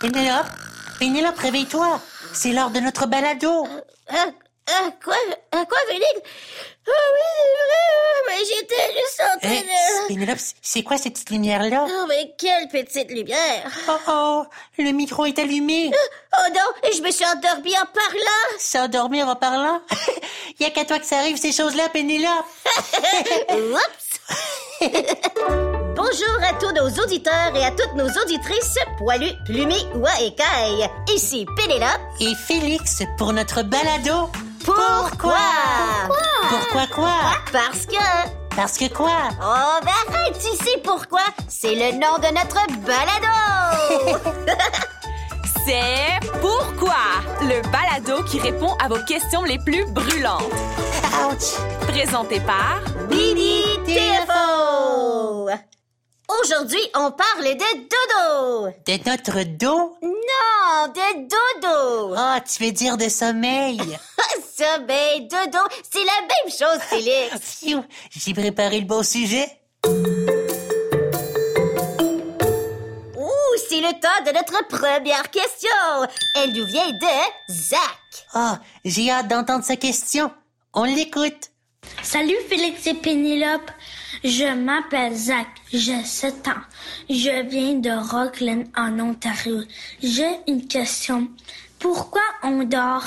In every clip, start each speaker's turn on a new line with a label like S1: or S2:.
S1: Pénélope Pénélope, réveille-toi C'est l'heure de notre balado
S2: Ah, ah, quoi À quoi, Félix Ah oui, c'est vrai, euh, mais j'étais juste en train
S1: Eh,
S2: de...
S1: Pénélope, c'est quoi cette petite lumière-là
S2: Oh, mais quelle petite lumière
S1: Oh oh Le micro est allumé
S2: Oh non, je me suis endormie en parlant
S1: S'endormir en parlant Y a qu'à toi que ça arrive ces choses-là, Pénélope Euh,
S2: Oups Bonjour à tous nos auditeurs et à toutes nos auditrices poilues, plumées, oies et cailles. Ici Pénélope.
S1: Et Félix pour notre balado
S2: Pourquoi
S1: Pourquoi quoi
S2: Parce que...
S1: Parce que quoi
S2: Oh, ben arrête, tu sais pourquoi? C'est le nom de notre balado!
S3: C'est Pourquoi? Le balado qui répond à vos questions les plus brûlantes.
S1: Ouch
S3: Présenté par
S2: Bibi TFO! Aujourd'hui, on parle de dodo!
S1: De notre dos
S2: Non, de dodo!
S1: Oh, tu veux dire de sommeil
S2: Sommeil, Ah, ben, dodo, c'est la même chose, Félix!
S1: Pfiou, J'ai préparé le bon sujet
S2: Ouh, c'est le temps de notre première question! Elle nous vient de Zach!
S1: Oh, j'ai hâte d'entendre sa question On l'écoute
S4: Salut Félix et Pénélope, je m'appelle Zach, j'ai 7 ans. Je viens de Rockland en Ontario. J'ai une question. Pourquoi on dort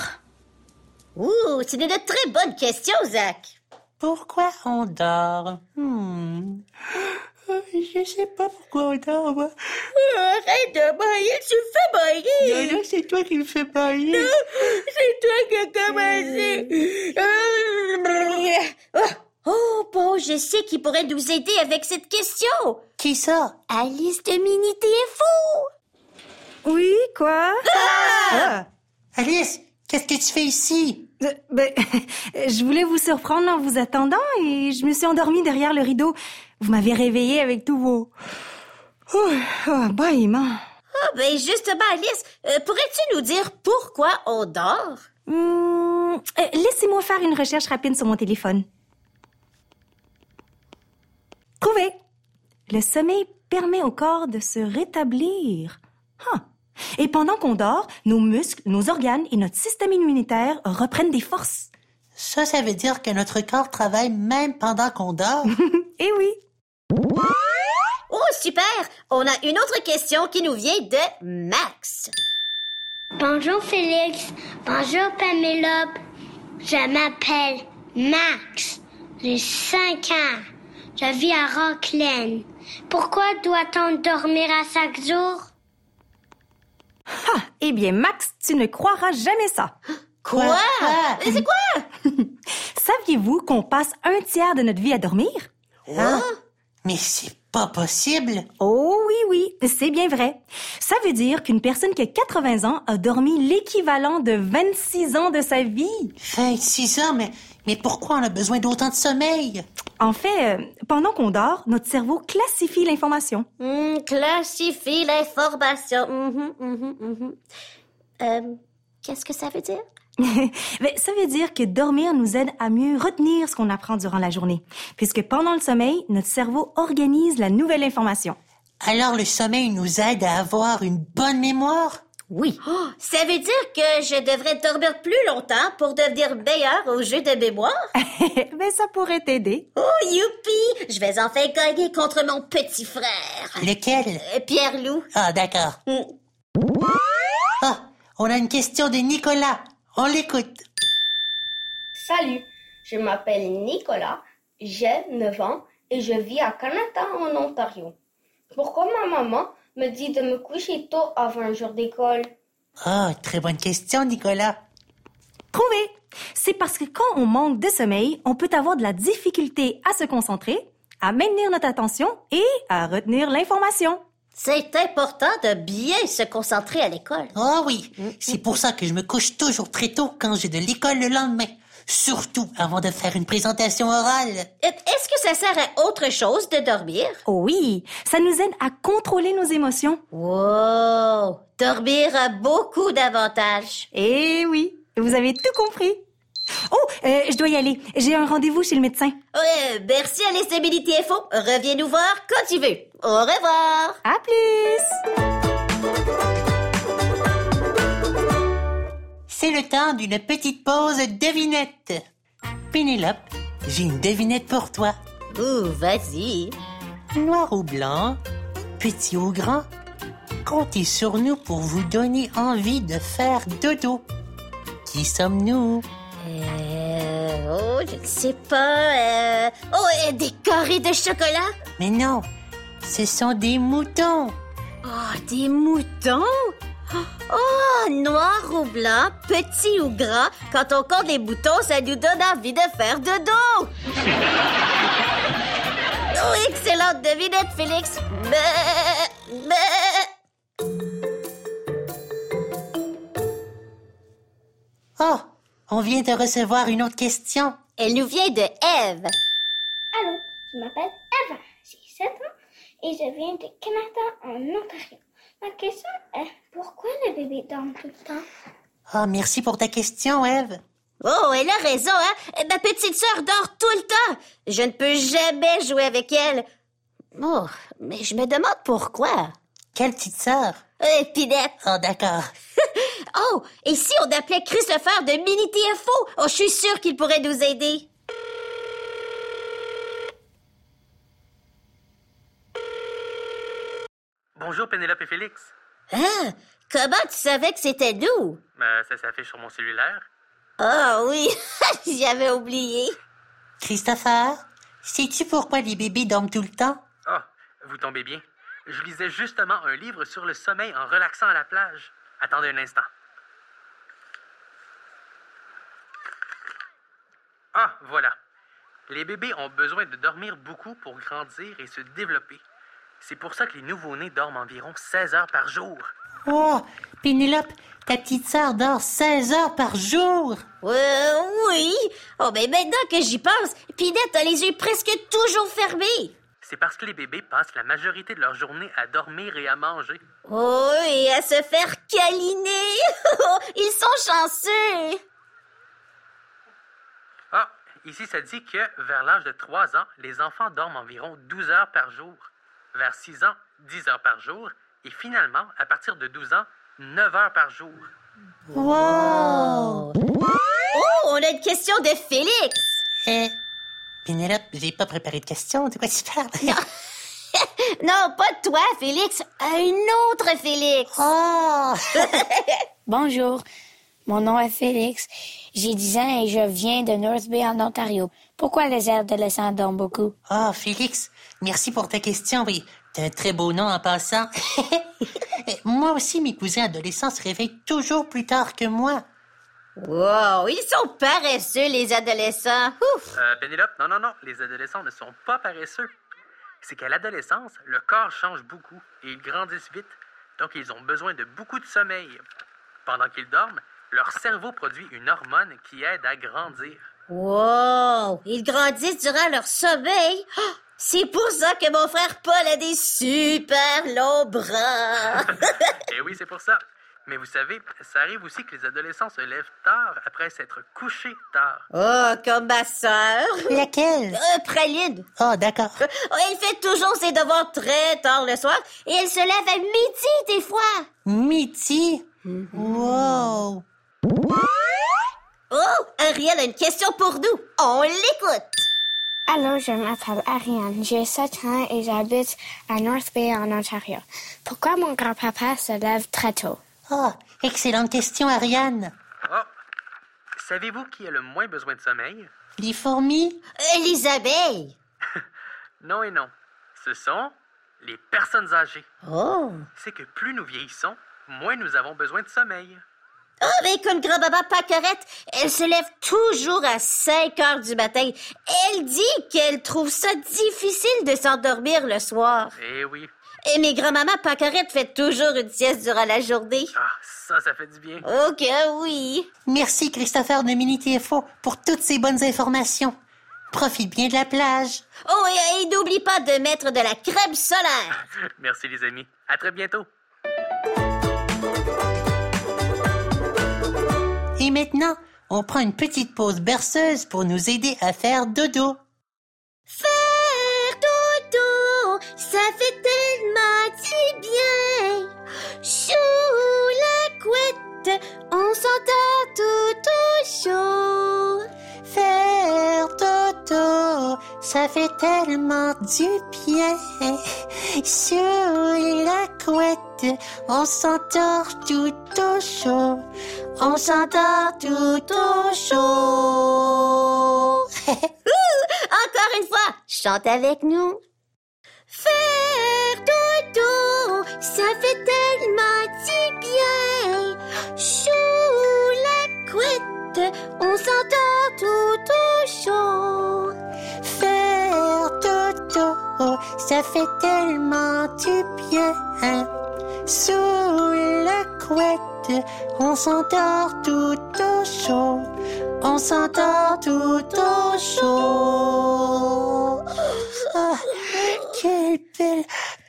S2: Ouh, c'est une très bonne question, Zach!
S1: Pourquoi on dort Hmm. Euh, Je sais pas pourquoi on dort, moi.
S2: Arrête de bailler, tu fais
S1: Euh,
S2: bailler!
S1: Là, c'est toi qui me fais bailler.
S2: C'est toi qui as commencé. Hmm. Oh, oh, bon, je sais qui pourrait nous aider avec cette question.
S1: Qui ça?
S2: Alice de Mini TFO.
S5: Oui, quoi? Ah!
S1: Alice, qu'est-ce que tu fais ici?
S5: Euh, ben, je voulais vous surprendre en vous attendant et je me suis endormie derrière le rideau. Vous m'avez réveillée avec tous vos... Oh, oh bâillements.
S2: Ah ben justement, Alice, euh, pourrais-tu nous dire pourquoi on dort?
S5: Hum, euh, Laissez-moi faire une recherche rapide sur mon téléphone. Trouvé. Le sommeil permet au corps de se rétablir. Ah. Et pendant qu'on dort, nos muscles, nos organes et notre système immunitaire reprennent des forces.
S1: Ça, ça veut dire que notre corps travaille même pendant qu'on dort.
S5: Eh oui.
S2: Oh, super! On a une autre question qui nous vient de Max.
S4: Bonjour Félix, bonjour Pénélope, je m'appelle Max, j'ai 5 ans, je vis à Rockland. Pourquoi doit-on dormir à chaque jour
S5: Ah, eh bien, Max, tu ne croiras jamais ça.
S1: Quoi?
S2: Mais C'est quoi?
S5: Saviez-vous qu'on passe un tiers de notre vie à dormir?
S1: Hein? Mais c'est pas possible.
S5: Oh oui, oui, c'est bien vrai. Ça veut dire qu'une personne qui a 80 ans a dormi l'équivalent de 26 ans de sa vie.
S1: 26 ans, mais, mais pourquoi on a besoin d'autant de sommeil?
S5: En fait, euh, pendant qu'on dort, notre cerveau classifie l'information.
S2: Hmm, classifie l'information.
S4: Hmm,
S2: Mhm, mhm, mhm. Euh, Qu'est-ce que ça veut dire?
S5: Mais ça veut dire que dormir nous aide à mieux retenir ce qu'on apprend durant la journée, puisque pendant le sommeil, notre cerveau organise la nouvelle information.
S1: Alors le sommeil nous aide à avoir une bonne mémoire?
S5: Oui.
S2: Oh, ça veut dire que je devrais dormir plus longtemps pour devenir meilleur au jeu de mémoire?
S5: Mais ça pourrait t'aider.
S2: Oh, youpi! Je vais enfin gagner contre mon petit frère.
S1: Lequel?
S2: Euh, Pierre-Loup.
S1: Ah, d'accord.
S2: Mm.
S6: Hmm.
S1: Ah, on a une question de Nicolas. On l'écoute.
S6: Salut, je m'appelle Nicolas, j'ai 9 ans et je vis à Canada en Ontario. Pourquoi ma maman me dit de me coucher tôt avant un jour d'école
S1: Ah, très bonne question, Nicolas.
S5: Trouvé. C'est parce que quand on manque de sommeil, on peut avoir de la difficulté à se concentrer, à maintenir notre attention et à retenir l'information.
S2: C'est important de bien se concentrer à l'école.
S1: Oh oui,
S6: Hmm.
S1: c'est pour ça que je me couche toujours très tôt quand j'ai de l'école le lendemain. Surtout avant de faire une présentation orale.
S2: Euh, Est-ce que ça sert à autre chose de dormir?
S5: Oh oui, ça nous aide à contrôler nos émotions.
S2: Wow! Dormir a beaucoup d'avantages.
S5: Eh oui, vous avez tout compris. Oh, euh, je dois y aller. J'ai un rendez-vous chez le médecin.
S2: Euh, merci à l'estabilité TFO. Reviens nous voir quand tu veux. Au revoir!
S5: À plus.
S1: c'est le temps d'une petite pause devinette. Pénélope, j'ai une devinette pour toi.
S2: Ouh, vas-y.
S1: Noir ou blanc, petit ou grand, comptez sur nous pour vous donner envie de faire dodo. Qui sommes-nous
S2: Euh, oh, je ne sais pas. euh, Oh, et des carrés de chocolat
S1: Mais non, ce sont des moutons.
S2: Oh, des moutons Oh, noir ou blanc, petit ou grand, quand on compte les boutons, ça nous donne envie de faire de dos Oh, excellente devinette, Félix Bé, bé.
S1: Oh, on vient de recevoir une autre question.
S2: Elle nous vient de Ève.
S4: Allô, je m'appelle Eva, j'ai 7 ans et je viens de Canada en Ontario. Ma question est pourquoi le bébé dort tout le temps
S1: Oh, merci pour ta question, Eve.
S2: Oh, elle a raison, hein Ma petite sœur dort tout le temps Je ne peux jamais jouer avec elle Oh, mais je me demande pourquoi
S1: Quelle petite sœur
S2: Euh, Pinette,
S1: Oh, d'accord.
S2: Oh, et si on appelait Christopher de Mini TFO? Oh, je suis sûre qu'il pourrait nous aider.
S7: Bonjour Pénélope et Félix.
S2: Hein? Comment tu savais que c'était nous?
S7: Ben, ça s'affiche sur mon cellulaire.
S2: Oh oui, j'avais oublié.
S1: Christopher, sais-tu pourquoi les bébés dorment tout le temps
S7: Ah, vous tombez bien. Je lisais justement un livre sur le sommeil en relaxant à la plage. Attendez un instant. Ah, voilà. Les bébés ont besoin de dormir beaucoup pour grandir et se développer. C'est pour ça que les nouveau-nés dorment environ 16 heures par jour.
S1: Oh, Pénélope, ta petite sœur dort 16 heures par jour.
S2: Euh, oui. Oh, ben maintenant que j'y pense, Pinette a les yeux presque toujours fermés.
S7: C'est parce que les bébés passent la majorité de leur journée à dormir et à manger.
S2: Oh, et à se faire câliner. Ils sont chanceux.
S7: Ah, ici ça dit que vers l'âge de 3 ans, les enfants dorment environ 12 heures par jour. Vers 6 ans, 10 heures par jour. Et finalement, à partir de 12 ans, 9 heures par jour.
S2: Oh, on a une question de Félix.
S1: Eh, Pénélope, j'ai pas préparé de question. De quoi tu parles
S2: Non, pas toi, Félix. Un autre Félix.
S1: Oh,
S8: Bonjour, mon nom est Félix, j'ai 10 ans et je viens de North Bay en Ontario. Pourquoi les adolescents dorment beaucoup?
S1: oh, Félix, merci pour ta question. Oui, t'as un très beau nom en passant. Eh, moi aussi, mes cousins adolescents se réveillent toujours plus tard que moi.
S2: Wow, Oh, ils sont paresseux, les adolescents. Ouf.
S7: Euh, Pénélope, non, non, non, les adolescents ne sont pas paresseux. C'est qu'à l'adolescence, le corps change beaucoup et ils grandissent vite, donc ils ont besoin de beaucoup de sommeil. Pendant qu'ils dorment, leur cerveau produit une hormone qui aide à grandir.
S2: Wow! Ils grandissent durant leur sommeil. Ah, C'est pour ça que mon frère Paul a des super longs bras.
S7: Eh oui, c'est pour ça. Mais vous savez, ça arrive aussi que les adolescents se lèvent tard après s'être couchés tard.
S2: oh, comme ma sœur.
S1: Laquelle
S2: Euh, Praline.
S1: Oh, d'accord.
S2: Oh, elle fait toujours ses devoirs très tard le soir et elle se lève à midi des fois.
S1: Miti? Wow!
S2: Oh, Ariel a une question pour nous. On l'écoute.
S4: Allô, je m'appelle Ariane, j'ai 7 ans et j'habite à North Bay en Ontario. Pourquoi mon grand-papa se lève très tôt
S1: Oh, excellente question, Ariane.
S7: Oh! Savez-vous qui a le moins besoin de sommeil?
S1: Les fourmis?
S2: Euh, les abeilles.
S7: Non et non. Ce sont les personnes âgées.
S2: Oh.
S7: C'est que plus nous vieillissons, moins nous avons besoin de sommeil.
S2: Oh, mais comme grand-maman Paquerette, elle se lève toujours à 5 heures du matin. Elle dit qu'elle trouve ça difficile de s'endormir le soir.
S7: Eh oui.
S2: Et mes grand-mamans Paquerette fait toujours une sieste durant la journée.
S7: Ah, ça, ça fait du bien.
S2: Oh que oui!
S1: Merci, Christopher de Mini TFO, pour toutes ces bonnes informations. Profite bien de la plage.
S2: Oh, et, et n'oublie pas de mettre de la crème solaire!
S7: Merci, les amis. À très bientôt.
S1: Et maintenant, on prend une petite pause berceuse pour nous aider à faire dodo.
S2: Faire dodo, ça fait tellement du bien. Sous la couette, on s'entend
S1: Ça fait tellement du bien. Sur la couette, on s'endort tout au chaud. On s'endort tout au chaud.
S2: Encore une fois, chante avec nous. Faire dodo, ça fait tellement du bien. Sous la couette, on s'entend tout au chaud.
S1: Faire dodo, ça fait tellement du bien. Sous la couette, on s'endort tout au chaud. On s'endort tout au chaud. Ah, quelle belle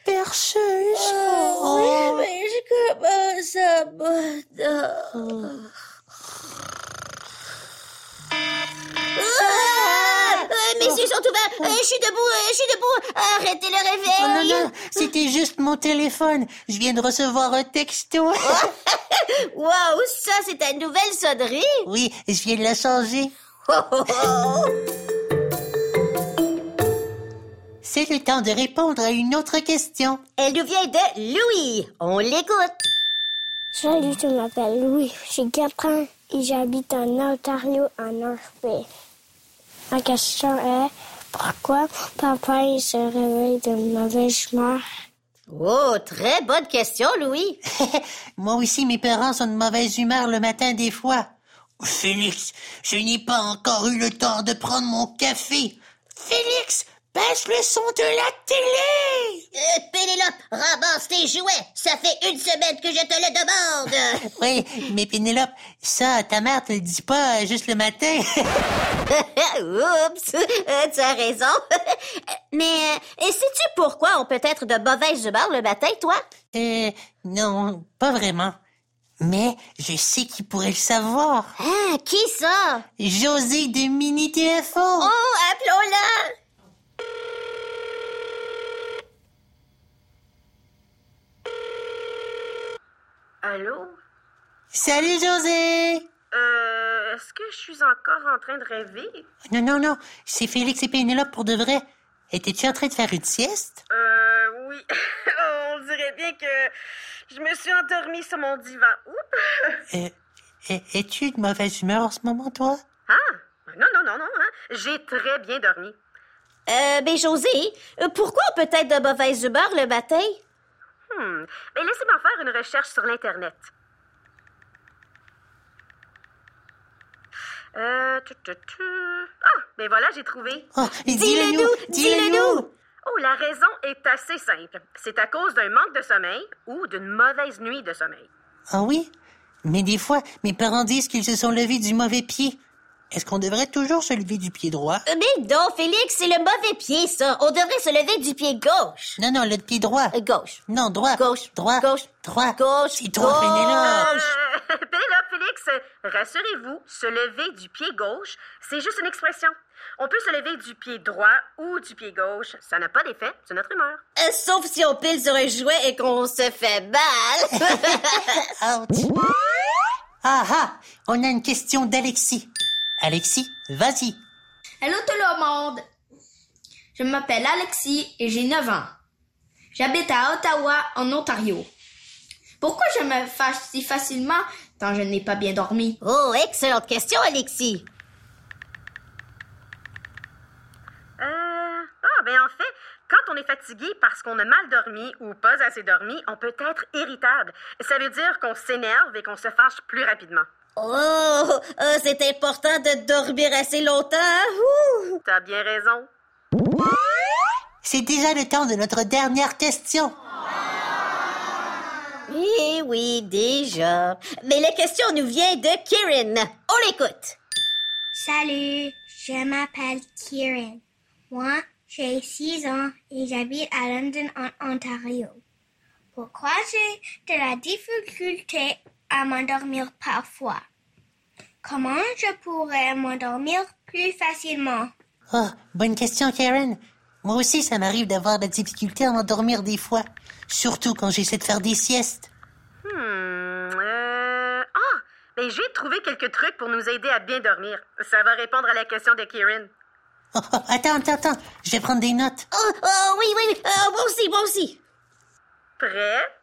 S1: percheuse! Oh.
S2: mais je commence à m'endormir. Ah, Messieurs sont ouverts, Euh, je suis debout, euh, je suis debout. Arrêtez le
S1: Oh non,
S2: réveil.
S1: non, c'était juste mon téléphone. Je viens de recevoir un texto.
S2: Waouh, ça c'est ta nouvelle sonnerie.
S1: Oui, je viens de la changer.
S2: Oh,
S1: C'est le temps de répondre à une autre question.
S2: Elle nous vient de Louis. On l'écoute.
S4: Salut, je m'appelle Louis, j'ai 4 ans et j'habite en Ontario, en Norvège. Ma question est pourquoi papa il se réveille de mauvaise humeur
S2: Oh, très bonne question, Louis.
S1: Moi aussi, mes parents sont de mauvaise humeur le matin des fois. Félix, je n'ai pas encore eu le temps de prendre mon café. Félix, baisse le son de la télé.
S2: Euh, Pénélope, ramasse tes jouets. Ça fait une semaine que je te le demande.
S1: Oui, mais Pénélope, ça, ta mère te le dit pas euh, juste le matin.
S2: Oups, euh, tu as raison. Mais euh, et sais-tu pourquoi on peut être de mauvaise humeur le matin, toi?
S1: euh, non, pas vraiment. Mais je sais qui pourrait le savoir.
S2: Ah, qui ça?
S1: José de Mini TFO.
S2: Oh, appelons-la!
S9: Allô?
S1: Salut José.
S9: Euh, est-ce que je suis encore en train de rêver?
S1: Non, non, non, c'est Félix et Pénélope pour de vrai. Étais-tu en train de faire une sieste?
S9: Euh, oui. On dirait bien que je me suis endormie sur mon divan. Oups!
S1: Euh, es- Es-tu de mauvaise humeur en ce moment, toi?
S9: Ah! Non, non, non, non, hein. J'ai très bien dormi.
S2: Euh, mais José, euh, pourquoi on peut être de mauvaise humeur le matin?
S9: Hmm. Ben, laissez-moi faire une recherche sur l'Internet. Euh, tu, tu, tu. Ah! Ben voilà, j'ai trouvé.
S1: Oh,
S2: Dis-le
S1: dis-le-nous,
S2: nous, dis-le nous.
S9: Oh, la raison est assez simple. C'est à cause d'un manque de sommeil ou d'une mauvaise nuit de sommeil.
S1: Ah oui? Mais des fois, mes parents disent qu'ils se sont levés du mauvais pied. Est-ce qu'on devrait toujours se lever du pied droit?
S2: Euh, Mais non, Félix, c'est le mauvais pied, ça. On devrait se lever du pied gauche.
S1: Non, non, le pied droit.
S2: Euh, gauche.
S1: Non, droit.
S2: Gauche.
S1: Droit.
S2: Gauche.
S1: Droit.
S2: Gauche.
S1: C'est toi, Pénélope.
S2: Gauche.
S9: Euh, Pénélope, Félix, rassurez-vous, se lever du pied gauche, c'est juste une expression. On peut se lever du pied droit ou du pied gauche. Ça n'a pas d'effet sur notre humeur.
S2: Euh, Sauf si on pile sur un jouet et qu'on se fait mal.
S1: Ouch. Ah ah! On a une question d'Alexis. Alexis, vas-y.
S10: Allô tout le monde! Je m'appelle Alexis et j'ai 9 ans. J'habite à Ottawa, en Ontario. Pourquoi je me fâche si facilement quand je n'ai pas bien dormi?
S2: oh, excellente question, Alexis.
S9: Euh, ah, ben en fait, quand on est fatigué parce qu'on a mal dormi ou pas assez dormi, on peut être irritable. Ça veut dire qu'on s'énerve et qu'on se fâche plus rapidement.
S2: Oh, euh, c'est important de dormir assez longtemps. hein? Ouh.
S9: T'as bien raison.
S1: C'est déjà le temps de notre dernière question.
S2: Eh oui, déjà. Mais la question nous vient de Kieran. On l'écoute.
S4: Salut, je m'appelle Kieran. Moi, j'ai 6 ans et j'habite à London, en Ontario. Pourquoi j'ai de la difficulté à m'endormir parfois? Comment je pourrais m'endormir plus facilement?
S1: Oh, bonne question, Karen. Moi aussi, ça m'arrive d'avoir de la difficulté à m'endormir des fois. Surtout quand j'essaie de faire des siestes.
S9: Hmm, euh, ah, ben j'ai trouvé quelques trucs pour nous aider à bien dormir. Ça va répondre à la question de Kieran.
S1: Oh, oh, attends, attends, attends. Je vais prendre des notes.
S2: Oh, oh, oui, oui, oui. Euh, moi aussi, moi aussi.
S9: Prêt?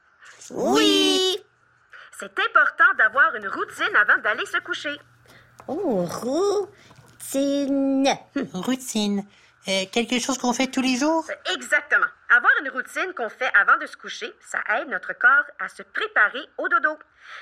S2: Oui.
S9: C'est important d'avoir une routine avant d'aller se coucher.
S2: Oh, routine.
S1: Routine. Euh, quelque chose qu'on fait tous les jours?
S9: Exactement. Avoir une routine qu'on fait avant de se coucher, ça aide notre corps à se préparer au dodo.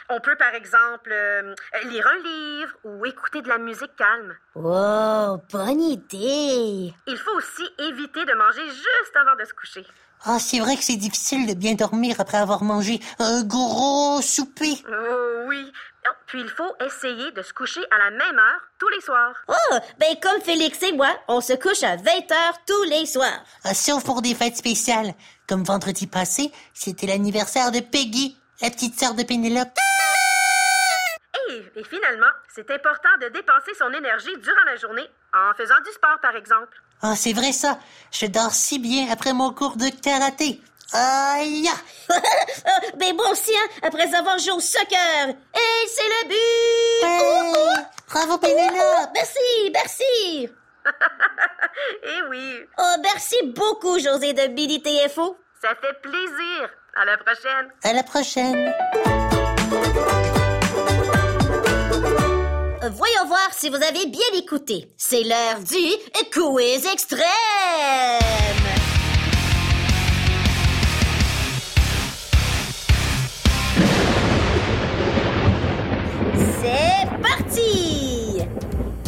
S9: On peut, par exemple, euh, lire un livre ou écouter de la musique calme.
S2: Oh, bonne idée.
S9: Il faut aussi éviter de manger juste avant de se coucher.
S1: Ah, c'est vrai que c'est difficile de bien dormir après avoir mangé un gros souper.
S9: Oh oui. Oh, Puis il faut essayer de se coucher à la même heure tous les soirs.
S2: Oh, ben comme Félix et moi, on se couche à 20 heures tous les soirs.
S1: Ah, sauf pour des fêtes spéciales. Comme vendredi passé, c'était l'anniversaire de Peggy, la petite sœur de Pénélope.
S9: Et, et finalement, c'est important de dépenser son énergie durant la journée en faisant du sport, par exemple.
S1: Ah, c'est vrai ça. Je dors si bien après mon cours de karaté. Aïe!
S2: Ah, ben moi aussi, hein, après avoir joué au soccer. Et c'est le but! Oh,
S1: Hey! Bravo, Pénélope!
S2: Merci, merci!
S9: Eh oui,
S2: Oh, merci beaucoup, José de Billy TFO.
S9: ça fait plaisir. À la prochaine.
S1: À la prochaine.
S2: Euh, Voyons voir si vous avez bien écouté. C'est l'heure du quiz extrême. C'est parti.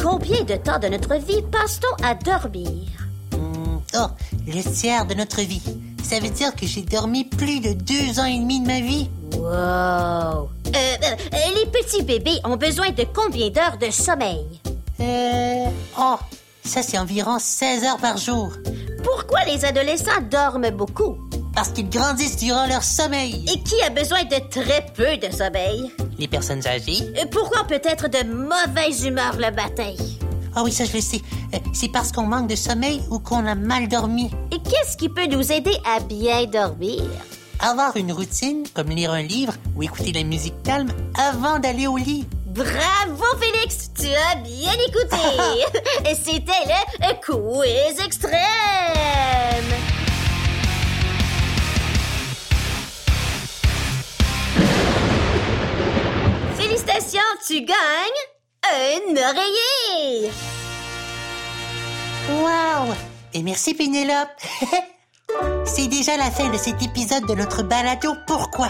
S2: Combien de temps de notre vie passe-t-on à dormir
S1: Hmm, Oh, le tiers de notre vie. Ça veut dire que j'ai dormi plus de deux ans et demi de ma vie.
S2: Wow. Euh, euh, les petits bébés ont besoin de combien d'heures de sommeil
S1: Euh... Oh, ça c'est environ 16 heures par jour.
S2: Pourquoi les adolescents dorment beaucoup
S1: Parce qu'ils grandissent durant leur sommeil.
S2: Et qui a besoin de très peu de sommeil?
S1: Les personnes âgées
S2: Et Pourquoi peut-être de mauvaise humeur le matin?
S1: Ah oui, ça je le sais. Euh, c'est parce qu'on manque de sommeil ou qu'on a mal dormi.
S2: Et qu'est-ce qui peut nous aider à bien dormir?
S1: Avoir une routine, comme lire un livre ou écouter de la musique calme avant d'aller au lit.
S2: Bravo, Félix! Tu as bien écouté! Et C'était le quiz extrême! Félicitations, tu gagnes un oreiller!
S1: Wow! Et merci Pénélope. C'est déjà la fin de cet épisode de notre balado Pourquoi?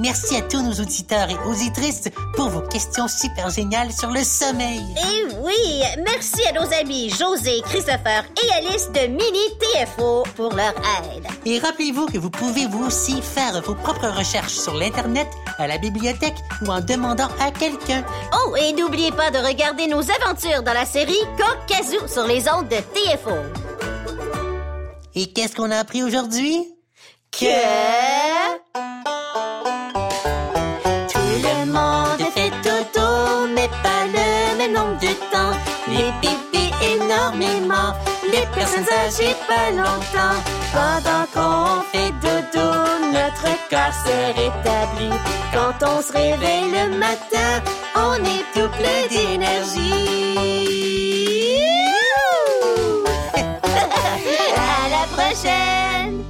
S1: Merci à tous nos auditeurs et auditrices pour vos questions super géniales sur le sommeil.
S2: Et Eh oui, merci à nos amis José, Christopher et Alice de Mini TFO pour leur aide.
S1: Et rappelez-vous que vous pouvez vous aussi faire vos propres recherches sur l'Internet, à la bibliothèque ou en demandant à quelqu'un.
S2: Oh, et n'oubliez pas de regarder nos aventures dans la série Cocazou sur les ondes de TFO.
S1: Et qu'est-ce qu'on a appris aujourd'hui?
S2: Que...
S1: Tout le monde fait dodo, mais pas le même nombre de temps. Les bébés énormément, les personnes âgées pas longtemps. Pendant qu'on fait dodo, notre corps se rétablit. Quand on se réveille le matin, on est tout plein d'énergie.
S2: À la prochaine!